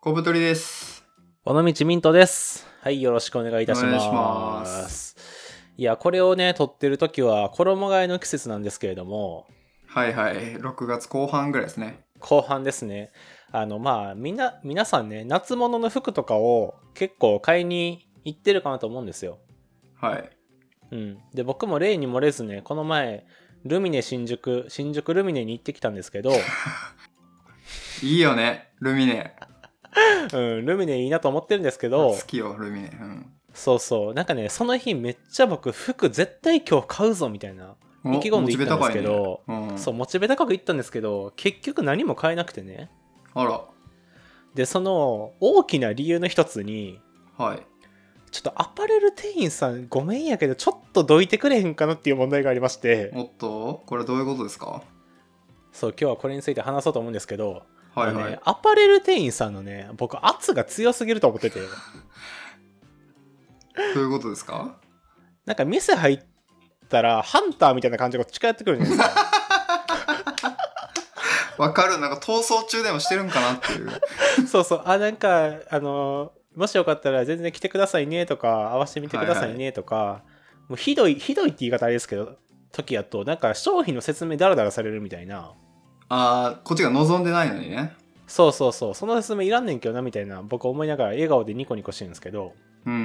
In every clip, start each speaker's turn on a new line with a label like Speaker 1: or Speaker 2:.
Speaker 1: 小太りです。
Speaker 2: 尾道ミントです。はい、よろしくお願いいたします。
Speaker 1: お
Speaker 2: い
Speaker 1: 願いします
Speaker 2: や、これをね、撮ってる時は、衣替えの季節なんですけれども、
Speaker 1: はいはい。6月後半ぐらいですね。
Speaker 2: 後半ですね。あの、まあ、みんな、皆さんね、夏物の服とかを結構買いに行ってるかなと思うんですよ。
Speaker 1: はい。
Speaker 2: うん。で、僕も例に漏れずね、この前、ルミネ新宿、新宿ルミネに行ってきたんですけど、
Speaker 1: いいよね、ルミネ。
Speaker 2: うん、ルミネいいなと思ってるんですけど
Speaker 1: 好、きよ、ルミネ。うん。
Speaker 2: そうそう、なんかね、その日めっちゃ僕、服絶対今日買うぞみたいな
Speaker 1: お
Speaker 2: 意気込んで行ったんですけど、
Speaker 1: モチベ高いねうん、
Speaker 2: そう、モチベ高く行ったんですけど、結局何も買えなくてね。
Speaker 1: あら、
Speaker 2: で、その大きな理由の一つに、
Speaker 1: はい。
Speaker 2: ちょっとアパレル店員さんごめんやけど、ちょっとどいてくれへんかなっていう問題がありまして、
Speaker 1: おっと、これどういうことですか
Speaker 2: そう、今日はこれについて話そうと思うんですけど、
Speaker 1: はいは
Speaker 2: あの
Speaker 1: い。
Speaker 2: ね、アパレル店員さんのね、僕圧が強すぎると思ってて、
Speaker 1: どういうことですか
Speaker 2: なんか店入ったらハンターみたいな感じが近寄ってくるじゃないですか。
Speaker 1: わかる、なんか逃走中でもしてるんかなっていう。
Speaker 2: そうそう、あ、なんか、あの、もしよかったら全然来てくださいねとか、合わせてみてくださいねとか、もうひどい、ひどいって言い方あれですけど、時やと、なんか商品の説明ダラダラされるみたいな、
Speaker 1: ああ、こっちが望んでないのにね。
Speaker 2: そうそうそう、その説明いらんねんけどなみたいな、僕思いながら笑顔でニコニコしてるんですけど、
Speaker 1: うんうんう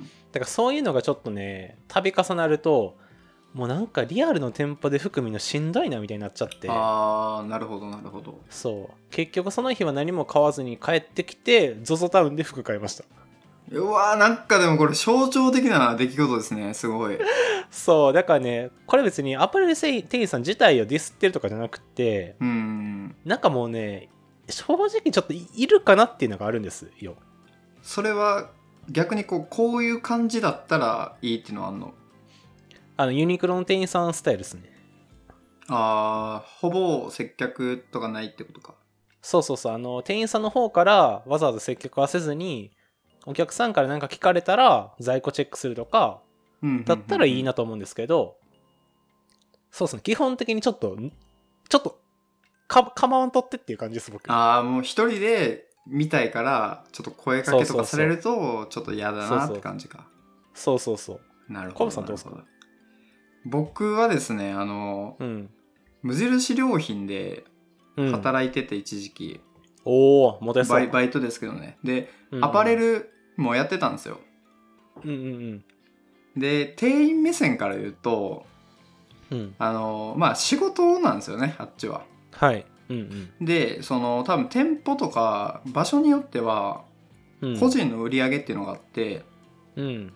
Speaker 1: ん
Speaker 2: だからそういうのがちょっとね、度重なると、もうなんかリアルの店舗で服見るのしんどいなみたいになっちゃっ
Speaker 1: う
Speaker 2: て
Speaker 1: ん。。ああ、なるほどなるほど。
Speaker 2: そう結局その日は何も買わずに帰ってきて ZOZO タウンで服買いました
Speaker 1: うわー、なんかでもこれ象徴的な出来事ですね、すごい。
Speaker 2: そうだからねこれ別にアパレル店員さん自体をディスってるとかじゃなくて
Speaker 1: うん。
Speaker 2: なんかもうね正直ちょっといるかなっていうのがあるんですよ
Speaker 1: それは逆にこうこういう感じだったらいいっていうのはあんの
Speaker 2: あのユニクロの店員さんスタイルですね
Speaker 1: あーほぼ接客とかないってことか
Speaker 2: そうそうそうあの店員さんの方からわざわざ接客はせずにお客さんから何か聞かれたら在庫チェックするとかだったらいいなと思うんですけど、そうですね基本的にちょっとちょっとか構わんとってっていう感じです僕
Speaker 1: ああもう一人で見たいからちょっと声かけと
Speaker 2: そうそうそ
Speaker 1: か
Speaker 2: う
Speaker 1: されるとちょっと嫌だ
Speaker 2: そう
Speaker 1: な
Speaker 2: そ
Speaker 1: っ
Speaker 2: う
Speaker 1: て感じか
Speaker 2: そうそうそう
Speaker 1: なるほ
Speaker 2: コ
Speaker 1: ど
Speaker 2: ブさん
Speaker 1: なるほ
Speaker 2: どう
Speaker 1: ど僕はですねあの
Speaker 2: うん、
Speaker 1: 無印良品で
Speaker 2: うん、
Speaker 1: 働いてて一時期、
Speaker 2: おおモテそう
Speaker 1: バイバイトですけどねで
Speaker 2: うん
Speaker 1: アパレルもやってたんですよ
Speaker 2: うんうん
Speaker 1: で店員目線から言うと
Speaker 2: うんうん
Speaker 1: あのまあ仕事なんですよねあっちは。
Speaker 2: はいうん
Speaker 1: でその多分店舗とか場所によっては
Speaker 2: うんうん
Speaker 1: 個人の売り上げっていうのがあって、
Speaker 2: うん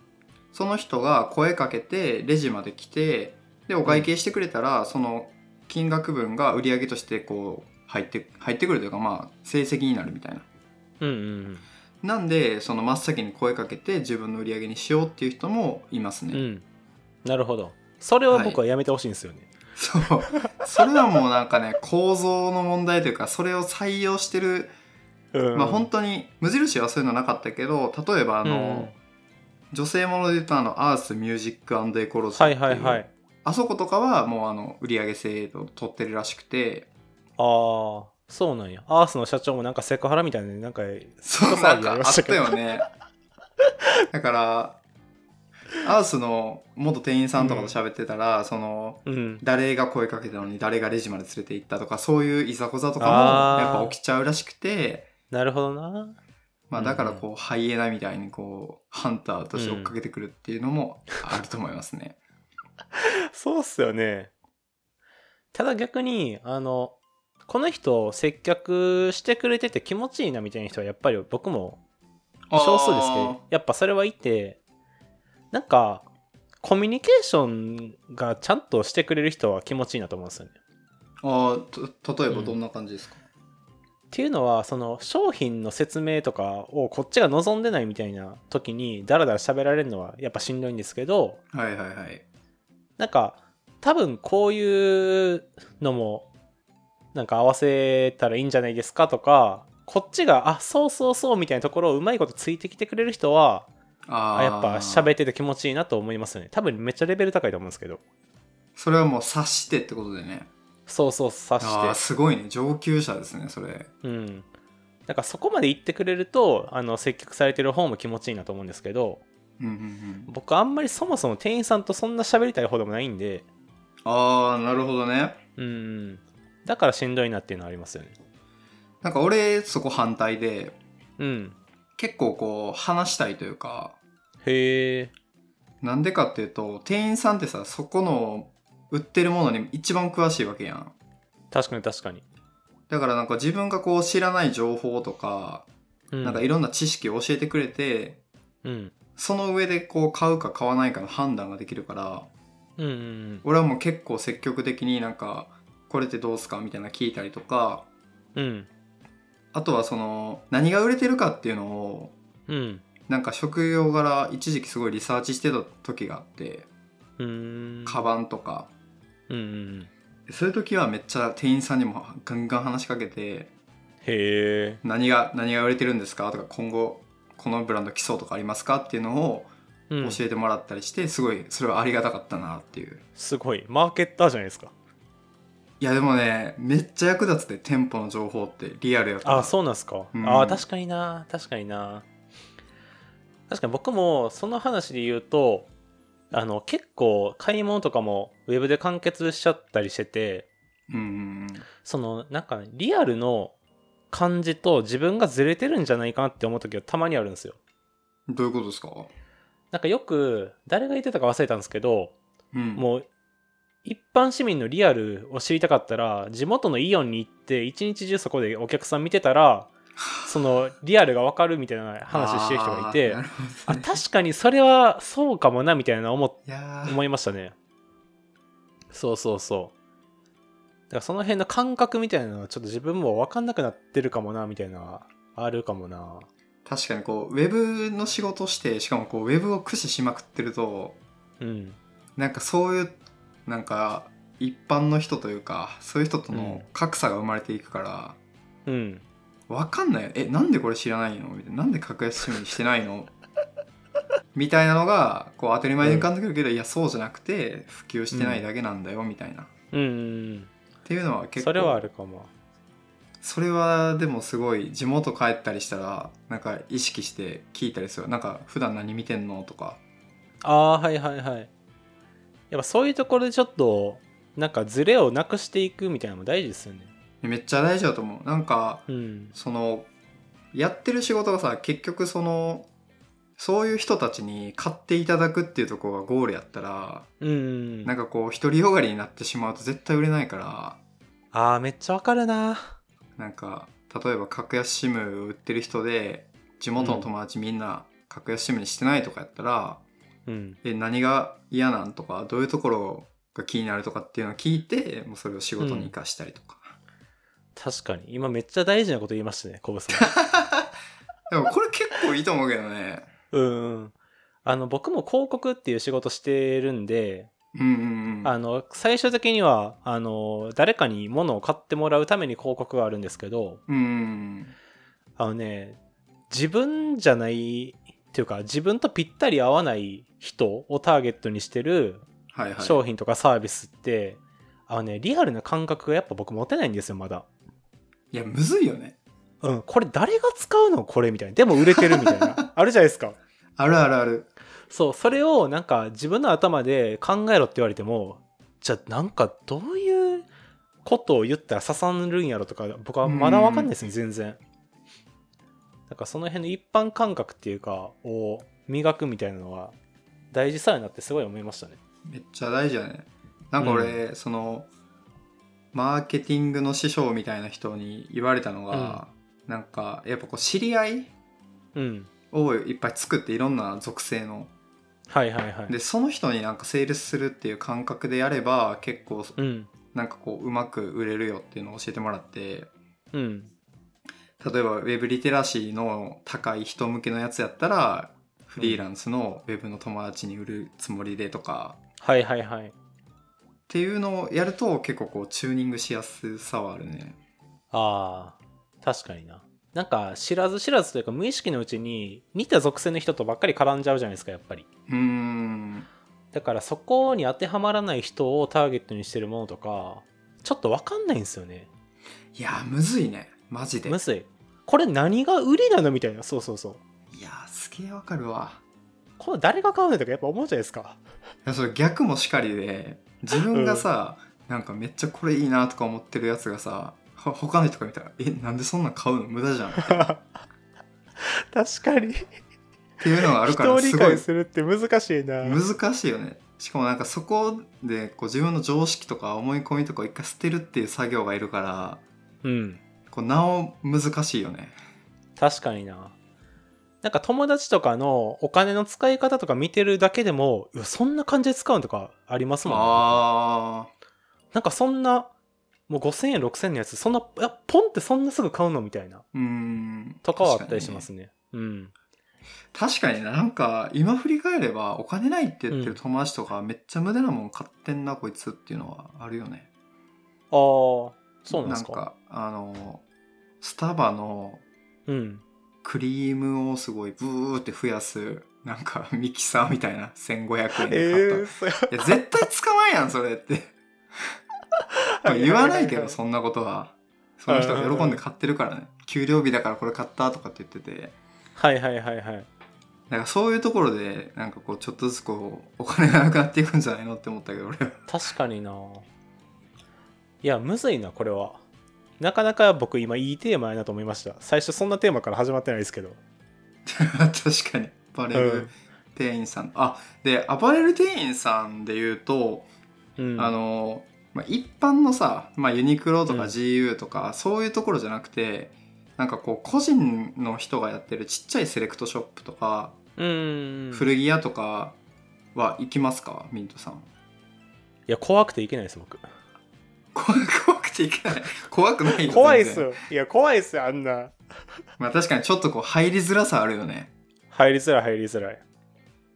Speaker 1: その人が声かけてレジまで来てでお会計してくれたら、その金額分が売り上げとしてこう入って入ってくるというかまあ成績になるみたいな。
Speaker 2: うんうん
Speaker 1: なんでその真っ先に声かけて自分の売り上げにしようっていう人もいますね。
Speaker 2: うんうんなるほどそれは僕はやめてほしいんですよね、
Speaker 1: そうそれはもうなんかね構造の問題というかそれを採用してる
Speaker 2: うん
Speaker 1: まあ本当に無印はそういうのなかったけど例えばあの、女性もので言うとあのアースミュージックエコロジー
Speaker 2: は
Speaker 1: って
Speaker 2: い
Speaker 1: いう、
Speaker 2: はいはい
Speaker 1: あそことかはもうあの売り上げ制度取ってるらしくて
Speaker 2: ああそうなんやアースの社長もなんかセクハラみたいななんか
Speaker 1: そう
Speaker 2: 騒ぎ
Speaker 1: なんか
Speaker 2: ありま
Speaker 1: あっ
Speaker 2: したけ
Speaker 1: た
Speaker 2: ど
Speaker 1: よ ねだからアースの元店員さんとかと喋ってたら、その
Speaker 2: うん
Speaker 1: 誰が声かけたのに誰がレジまで連れて行ったとかそういういざこざとかもやっぱ起きちゃうらしくて
Speaker 2: なるほどな
Speaker 1: まあ、だからこう、ハイエナみたいにこうハンターとして追っかけてくるっていうのもあると思いますね。
Speaker 2: そうっすよねただ逆にあのこの人接客してくれてて気持ちいいなみたいな人はやっぱり僕も少数ですけどやっぱそれはいてなんかコミュニケーションがちゃんとしてくれる人は気持ちいいなと思うんですよね。
Speaker 1: あーあーと例えばどんな感じですか、
Speaker 2: っていうのはその商品の説明とかをこっちが望んでないみたいな時にダラダラ喋られるのはやっぱしんどいんですけど
Speaker 1: はいはいはい。
Speaker 2: なんか多分こういうのもなんか合わせたらいいんじゃないですかとかこっちがあそうそうそうみたいなところをうまいことついてきてくれる人は
Speaker 1: あ
Speaker 2: あ
Speaker 1: ー
Speaker 2: やっぱ喋ってて気持ちいいなと思いますよね多分めっちゃレベル高いと思うんですけど
Speaker 1: それはもう察してってことでね。
Speaker 2: そうそう察
Speaker 1: ああー
Speaker 2: し
Speaker 1: すごいね上級者ですねそれ。
Speaker 2: てうんなんかそこまで言ってくれるとあの接客されてる方も気持ちいいなと思うんですけど
Speaker 1: うんうんうん、
Speaker 2: 僕あんまりそもそも店員さんとそんな喋りたいほどもないんで
Speaker 1: ああなるほどね
Speaker 2: うんだからしんどいなっていうのはありますよね
Speaker 1: なんか俺そこ反対で
Speaker 2: うん
Speaker 1: 結構こう話したいというか
Speaker 2: へえ
Speaker 1: なんでかっていうと店員さんってさそこの売ってるものに一番詳しいわけやん
Speaker 2: 確かに確かに、
Speaker 1: だからなんか自分がこう知らない情報とか、
Speaker 2: う
Speaker 1: なんかいろんな知識を教えてくれて
Speaker 2: うん
Speaker 1: その上でこう買うか買わないかの判断ができるから
Speaker 2: うんうんうん
Speaker 1: 俺はもう結構積極的になんかこれってどうすかみたいなの聞いたりとか
Speaker 2: うん
Speaker 1: あとはその何が売れてるかっていうのを
Speaker 2: うん
Speaker 1: なんか職業柄一時期すごいリサーチしてた時があって
Speaker 2: うーん
Speaker 1: カバンとか
Speaker 2: うんうんうん
Speaker 1: そういう時はめっちゃ店員さんにもガンガン話しかけて
Speaker 2: へえ
Speaker 1: 何が何が売れてるんですかとか今後このブランド来そうとかありますかっていうのを
Speaker 2: うん
Speaker 1: 教えてもらったりしてすごいそれはありがたかったなっていう
Speaker 2: すごいマーケッターじゃないですか
Speaker 1: いやでもねめっちゃ役立つで店舗の情報ってリアルやから
Speaker 2: あそうなんですか、
Speaker 1: うん
Speaker 2: あ確かにな確かにな確かに僕もその話で言うとあの結構買い物とかもウェブで完結しちゃったりしてて
Speaker 1: うんうんうん
Speaker 2: そのなんかリアルの感じと自分がずれてるんじゃないかなって思う時がたまにあるんですよ
Speaker 1: どういうことですか、
Speaker 2: なんかよく誰が言ってたか忘れたんですけど
Speaker 1: うん、
Speaker 2: もう一般市民のリアルを知りたかったら地元のイオンに行って一日中そこでお客さん見て たらそのリアルが分かるみたいな話してる人がいて
Speaker 1: あーな
Speaker 2: あ
Speaker 1: るほどね
Speaker 2: 確かにそれはそうかもなみたいな思っ
Speaker 1: いやー
Speaker 2: 思いましたねそうそうそうだからその辺の感覚みたいなのはちょっと自分も分かんなくなってるかもなみたいなあるかもな
Speaker 1: 確かにこうウェブの仕事してしかもこうウェブを駆使しまくってると
Speaker 2: うん
Speaker 1: なんかそういうなんか一般の人というかそういう人との格差が生まれていくから、
Speaker 2: うん
Speaker 1: わかんないよえなんでこれ知らないのみたいななんで格安趣味にしてないの みたいなのがこう当たり前に浮かんでくるけど、いやそうじゃなくて普及してないだけなんだよ、みたいなっ
Speaker 2: うんうん
Speaker 1: ていうのは
Speaker 2: うん
Speaker 1: 結構
Speaker 2: それはあるかも
Speaker 1: それはでもすごい地元帰ったりしたらなんか意識して聞いたりするなんか普段何見てんのとか
Speaker 2: ああーはいはいはいやっぱそういうところでちょっとなんかズレをなくしていくみたいなのも大事ですよね
Speaker 1: めっちゃ大事だと思うなんか
Speaker 2: うん
Speaker 1: そのやってる仕事がさ結局そのそういう人たちに買っていただくっていうところがゴールやったら
Speaker 2: うんうん
Speaker 1: なんかこう独りよがりになってしまうと絶対売れないから
Speaker 2: ああめっちゃわかるな
Speaker 1: なんか例えば格安 SIM を売ってる人で地元の友達みんな格安 SIM にしてないとかやったら、
Speaker 2: うん
Speaker 1: え何が嫌なんとかどういうところが気になるとかっていうのを聞いてもうそれを仕事に生かしたりとか、
Speaker 2: 確かに今めっちゃ大事なこと言いましたねコブさん
Speaker 1: でもこれ結構いいと思うけどね
Speaker 2: うんうんあの僕も広告っていう仕事してるんで、
Speaker 1: うんうんうん
Speaker 2: あの最終的にはあの誰かに物を買ってもらうために広告があるんですけど
Speaker 1: うんうん
Speaker 2: あのね自分じゃないっていうか自分とぴったり合わない人をターゲットにしてる
Speaker 1: はいはい
Speaker 2: 商品とかサービスって、あのねリアルな感覚がやっぱ僕持てないんですよまだ。
Speaker 1: いやむずいよね
Speaker 2: うん、これ誰が使うのこれみたいなでも売れてるみたい なあるじゃないですか
Speaker 1: あるあるある
Speaker 2: そうそれをなんか自分の頭で考えろって言われてもじゃあなんかどういうことを言ったら刺さるんやろとか僕はまだ分かんないですね全然なんかその辺の一般感覚っていうかを磨くみたいなのは大事さやなってすごい思いましたね
Speaker 1: めっちゃ大事だねなんか俺、そのマーケティングの師匠みたいな人に言われたのが、なんかやっぱこう知り合い
Speaker 2: うん
Speaker 1: をいっぱい作っていろんな属性の
Speaker 2: はいはいはい
Speaker 1: でその人になんかセールスするっていう感覚でやれば結構
Speaker 2: うん
Speaker 1: なんかこううまく売れるよっていうのを教えてもらって
Speaker 2: うん
Speaker 1: 例えばウェブリテラシーの高い人向けのやつやったらフリーランスのウェブの友達に売るつもりでとか、
Speaker 2: はいはいはい
Speaker 1: っていうのをやると結構こうチューニングしやすさはあるね。
Speaker 2: あー確かにななんか知らず知らずというか無意識のうちに似た属性の人とばっかり絡んじゃうじゃないですかやっぱり
Speaker 1: うーん
Speaker 2: だからそこに当てはまらない人をターゲットにしてるものとかちょっと分かんないんですよね
Speaker 1: いやむずいねマジで
Speaker 2: むずいこれ何が売りなのみたいなそうそうそう
Speaker 1: いやーすげえわかるわ
Speaker 2: これ誰が買うねんとかやっぱ思うじゃないですか
Speaker 1: いやそれ逆もしかりで自分がさ、なんかめっちゃこれいいなとか思ってるやつがさほ他の人が見たら「えなんでそんなん買うの無駄じゃん」っ
Speaker 2: 確かに
Speaker 1: ていうのがあるか
Speaker 2: 人を
Speaker 1: ら
Speaker 2: 理
Speaker 1: すごい
Speaker 2: 解するって難しいな
Speaker 1: 難しいよねしかもなんかそこでこう自分の常識とか思い込みとかを一回捨てるっていう作業がいるから
Speaker 2: うん
Speaker 1: こうなお難しいよね
Speaker 2: 確かにななんか友達とかのお金の使い方とか見てるだけでもうわそんな感じで使うのとかありますもんね
Speaker 1: ああ
Speaker 2: なんかそんなもう5000円6000円のやつそんなあポンってそんなすぐ買うのみたいな
Speaker 1: うーん
Speaker 2: とかはあったりします
Speaker 1: ね
Speaker 2: ねうん
Speaker 1: 確かにななんか今振り返ればお金ないって言ってる友達とかめっちゃ無駄なもん買ってんなこいつっていうのはあるよね
Speaker 2: ああそうなんですか
Speaker 1: なんかあのスタバの
Speaker 2: うん
Speaker 1: クリームをすごいブーって増やすなんかミキサーみたいな1500円で買った、
Speaker 2: えーそう
Speaker 1: いや絶対使わんやんそれってまあ 言わないけどそんなことはその人が喜んで買ってるからね給料日だからこれ買ったとかって言ってて
Speaker 2: はいはいはいはい
Speaker 1: なんかそういうところでなんかこうちょっとずつこうお金がなくなっていくんじゃないのって思ったけど俺は
Speaker 2: 確かにないやむずいなこれはなかなか僕今いいテーマやなと思いました最初そんなテーマから始まってないですけど、
Speaker 1: 確かにバレ
Speaker 2: う
Speaker 1: ル
Speaker 2: ん
Speaker 1: 店員さん、あでアパレル店員さんで言うと、
Speaker 2: うん、
Speaker 1: あのまあ、一般のさ、まあ、ユニクロとか
Speaker 2: うん
Speaker 1: GU とか、そういうところじゃなくてなんかこう個人の人がやってるちっちゃいセレクトショップとか
Speaker 2: うんい
Speaker 1: 古着屋とかは行きますかミントさん
Speaker 2: や怖くていけないです僕
Speaker 1: 怖怖くて行けない怖くないよ
Speaker 2: 怖いっ
Speaker 1: 全
Speaker 2: す
Speaker 1: 然
Speaker 2: よいや怖いっすよあんな
Speaker 1: まあ確かにちょっとこう入りづらさあるよね
Speaker 2: 入りづらい入りづらい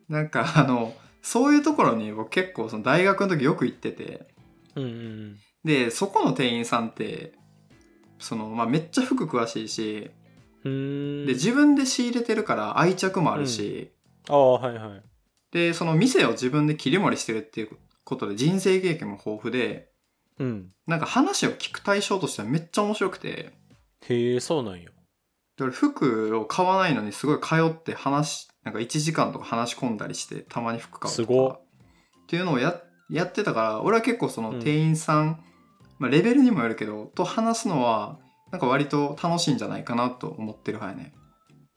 Speaker 1: なんかあのそういうところに僕結構その大学の時よく行ってて
Speaker 2: うんうん
Speaker 1: でそこの店員さんってその、まあ、めっちゃ服詳しいし
Speaker 2: うん
Speaker 1: で自分で仕入れてるから愛着もあるし、
Speaker 2: ああはいはい
Speaker 1: でその店を自分で切り盛りしてるっていうことで人生経験も豊富で
Speaker 2: うん
Speaker 1: なんか話を聞く対象としてはめっちゃ面白くて
Speaker 2: へえそうなんよ
Speaker 1: で俺服を買わないのにすごい通って話しなんか1時間とか話し込んだりしてたまに服買う
Speaker 2: す
Speaker 1: と
Speaker 2: ごっ
Speaker 1: かっていうのをややってたから俺は結構その
Speaker 2: うん
Speaker 1: 店員さん、まあ、レベルにもよるけどと話すのはなんか割と楽しいんじゃないかなと思ってる派やね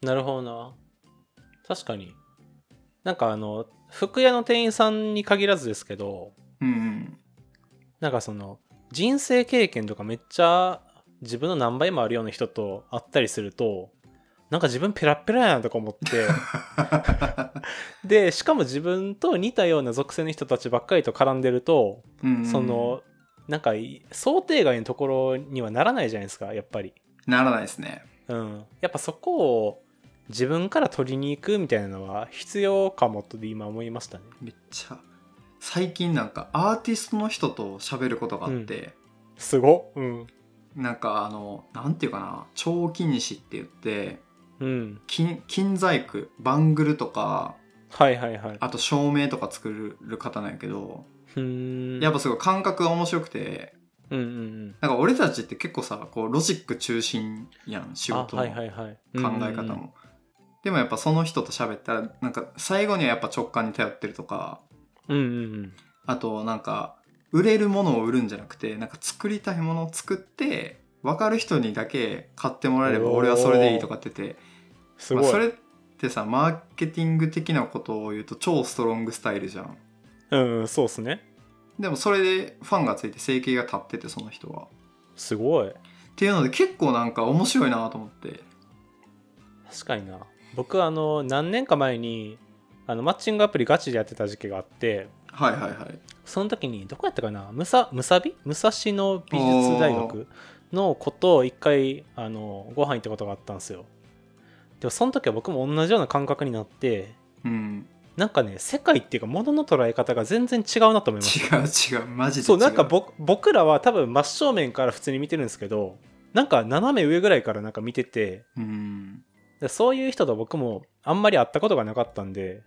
Speaker 2: なるほどな確かになんかあの服屋の店員さんに限らずですけど
Speaker 1: うん うん
Speaker 2: なんかその人生経験とかめっちゃ自分の何倍もあるような人と会ったりするとなんか自分ペラッペラやなとか思ってでしかも自分と似たような属性の人たちばっかりと絡んでると
Speaker 1: うんうんうん
Speaker 2: そのなんかい想定外のところにはならないじゃないですかやっぱり、
Speaker 1: ならないですね
Speaker 2: うん、やっぱそこを自分から取りに行くみたいなのは必要かもと今思いましたね
Speaker 1: めっちゃ最近なんかアーティストの人と喋ることがあって、
Speaker 2: すごうん
Speaker 1: なんかあのなんていうかな長金糸って言って
Speaker 2: うん
Speaker 1: 金金細工バングルとか
Speaker 2: はいはいはい
Speaker 1: あと照明とか作る方なんやけど
Speaker 2: ふーん
Speaker 1: やっぱすごい感覚が面白くて
Speaker 2: うんうんうん
Speaker 1: なんか俺たちって結構さこうロジック中心やん仕事
Speaker 2: あ
Speaker 1: も
Speaker 2: はい
Speaker 1: 考
Speaker 2: はいはい、
Speaker 1: え方
Speaker 2: うんうんうん
Speaker 1: も。でもやっぱその人と喋ったらなんか最後にはやっぱ直感に頼ってるとか
Speaker 2: うんうん
Speaker 1: あとなんか売れるものを売るんじゃなくてなんか作りたいものを作って分かる人にだけ買ってもらえれば
Speaker 2: おー
Speaker 1: 俺はそれでいいとかって言って、
Speaker 2: す
Speaker 1: ま
Speaker 2: ご
Speaker 1: あ
Speaker 2: い、
Speaker 1: それってさマーケティング的なことを言うと超ストロングスタイルじゃん
Speaker 2: うんうんそうっすね
Speaker 1: でもそれでファンがついて生計が立っててその人は
Speaker 2: すごい
Speaker 1: っていうので結構なんか面白いなと思って
Speaker 2: 確かにな僕あの何年か前にあのマッチングアプリガチでやってた時期があって
Speaker 1: はいはいはい
Speaker 2: その時にどこやったかなむさむさび武蔵野美術大学の子と一回あのご飯行ったことがあったんですよでもその時は僕も同じような感覚になって
Speaker 1: うん
Speaker 2: なんかね世界っていうか物の捉え方が全然違うなと思いました
Speaker 1: 違う違うマジで違う
Speaker 2: そうなんかぼ僕らは多分真正面から普通に見てるんですけどなんか斜め上ぐらいからなんか見てて
Speaker 1: うん
Speaker 2: でそういう人と僕もあんまり会ったことがなかったんで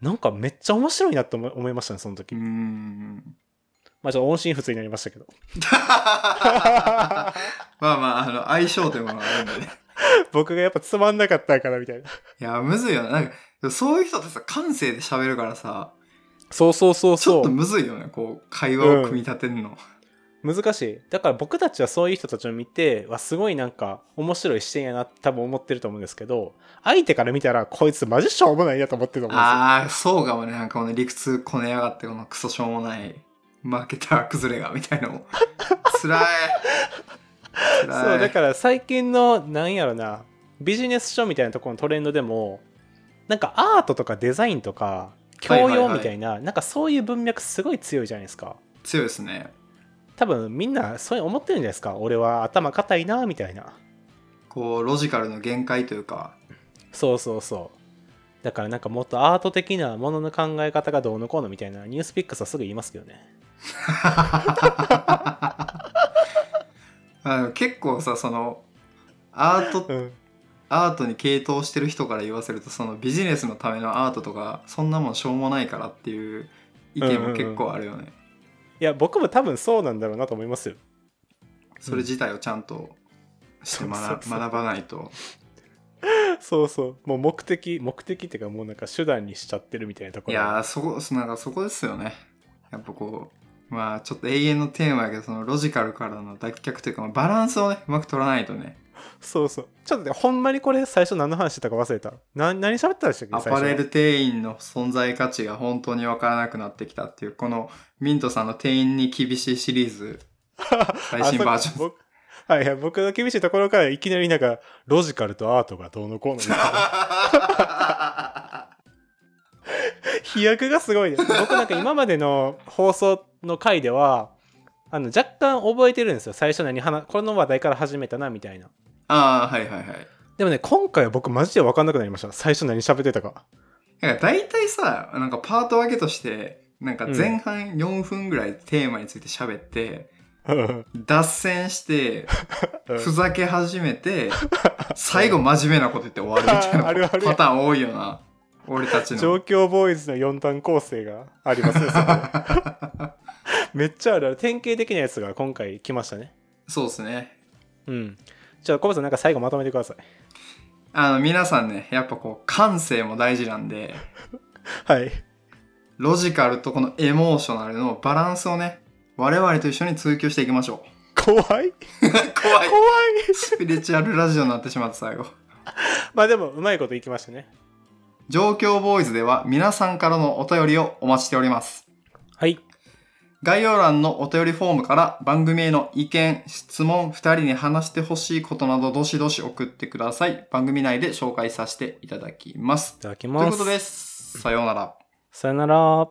Speaker 2: なんかめっちゃ面白いなって思思いましたねその時、
Speaker 1: うん
Speaker 2: まあちょっと音信不通になりましたけど
Speaker 1: まあまああの相性というものがあるんでね
Speaker 2: 僕がやっぱつまんなかったからみたいな。
Speaker 1: いや、むずいよね。なんか、そういう人ってさ、感性で喋るからさ、
Speaker 2: そうそうそう
Speaker 1: ちょ
Speaker 2: そ
Speaker 1: っと
Speaker 2: う。
Speaker 1: むずいよね。こう、会話を組み立てるの。
Speaker 2: 難しい。だから僕たちはそういう人たちを見て、わ、すごいなんか面白い視点やなって多分思ってると思うんですけど、相手から見たらこいつマジしょうもないなと思ってると思うんですよ。
Speaker 1: ああ、そうかもね。なんかもうね、理屈こねやがって、このクソしょうもない、マーケター崩れが、みたいなのも。 つらい。つらい。
Speaker 2: そうだから最近のなんやろなビジネス書みたいなところのトレンドでもなんかアートとかデザインとか教
Speaker 1: はいはい
Speaker 2: 養
Speaker 1: はい
Speaker 2: みたいな、なんかそういう文脈すごい強いじゃないですか
Speaker 1: 強いですね。
Speaker 2: 多分みんなそう思ってるんじゃないですか俺は頭固いなみたいな
Speaker 1: こう、ロジカルの限界というか、
Speaker 2: そうそうそうだからなんかもっとアート的なものの考え方がどうのこうのみたいなニュースピックスはすぐ言いますけどね
Speaker 1: あの結構さそのアート、
Speaker 2: うん
Speaker 1: アートに傾倒してる人から言わせるとそのビジネスのためのアートとかそんなもんしょうもないからっていう意見も結構あるよね、
Speaker 2: いや僕も多分そうなんだろうなと思いますよ
Speaker 1: それ自体をちゃんとして学,、
Speaker 2: そうそうそう
Speaker 1: 学ばないと
Speaker 2: そうそうもう目的目的っていうかもうなんか手段にしちゃってるみたいなとこ
Speaker 1: い
Speaker 2: ろ
Speaker 1: やーそこそなんかそこですよねやっぱこうまあちょっと永遠のテーマやけどそのロジカルからの脱却というか、まあバランスをねうまく取らないとね
Speaker 2: そうそう。ちょっとね、ほんまにこれ最初何の話してたか忘れた。な何喋ってたでしたっけ
Speaker 1: ア
Speaker 2: 最初
Speaker 1: パレル店員の存在価値が本当に分からなくなってきたっていうこのミントさんの店員に厳しいシリー ズ最新バージ
Speaker 2: あ
Speaker 1: ョン
Speaker 2: そう僕はいはい、僕の厳しいところからいきなりなんか、ロジカルとアートがどうのこうのみたい な。飛躍がすごいね。僕なんか今までの放送の回では、あの、若干覚えてるんですよ。最初何話、この話題から始めたな、みたいな。
Speaker 1: ああはいはいはい
Speaker 2: でもね、今回は僕マジで分かんなくなりました。最初何喋ってたか。
Speaker 1: なんか大体さなんかパート分けとしてなんか前半4分ぐらいテーマについて喋って、
Speaker 2: うん
Speaker 1: 脱線してふざけ始め て最後真面目なこと言って終わるみたいな
Speaker 2: あるある
Speaker 1: パターン多いよな俺た ち
Speaker 2: 状
Speaker 1: の
Speaker 2: 況ボーイズの4段構成がありますね、そこ めっちゃあるある。典型的なやつが今回来ましたね。
Speaker 1: そうですね
Speaker 2: うん。じゃあ、コブさん、なんか最後まとめてください。
Speaker 1: あの皆さんねやっぱこう感性も大事なんで
Speaker 2: はい。
Speaker 1: ロジカルとこのエモーショナルのバランスをね我々と一緒に追求していきましょ
Speaker 2: 怖い怖いう
Speaker 1: 怖いスピリチュアルラジオになってしまった最後
Speaker 2: まあでも、うまいこといきましたね。
Speaker 1: 状況ボーイズでは皆さんからのお便りをお待ちしております
Speaker 2: はい。
Speaker 1: 概要欄のお便りフォームから番組への意見、質問、二人に話してほしいことなどどしどし送ってください。番組内で紹介させていただきます
Speaker 2: い。ただき
Speaker 1: とい
Speaker 2: ま
Speaker 1: うこ
Speaker 2: す。
Speaker 1: とです。さようなら。
Speaker 2: さよなら。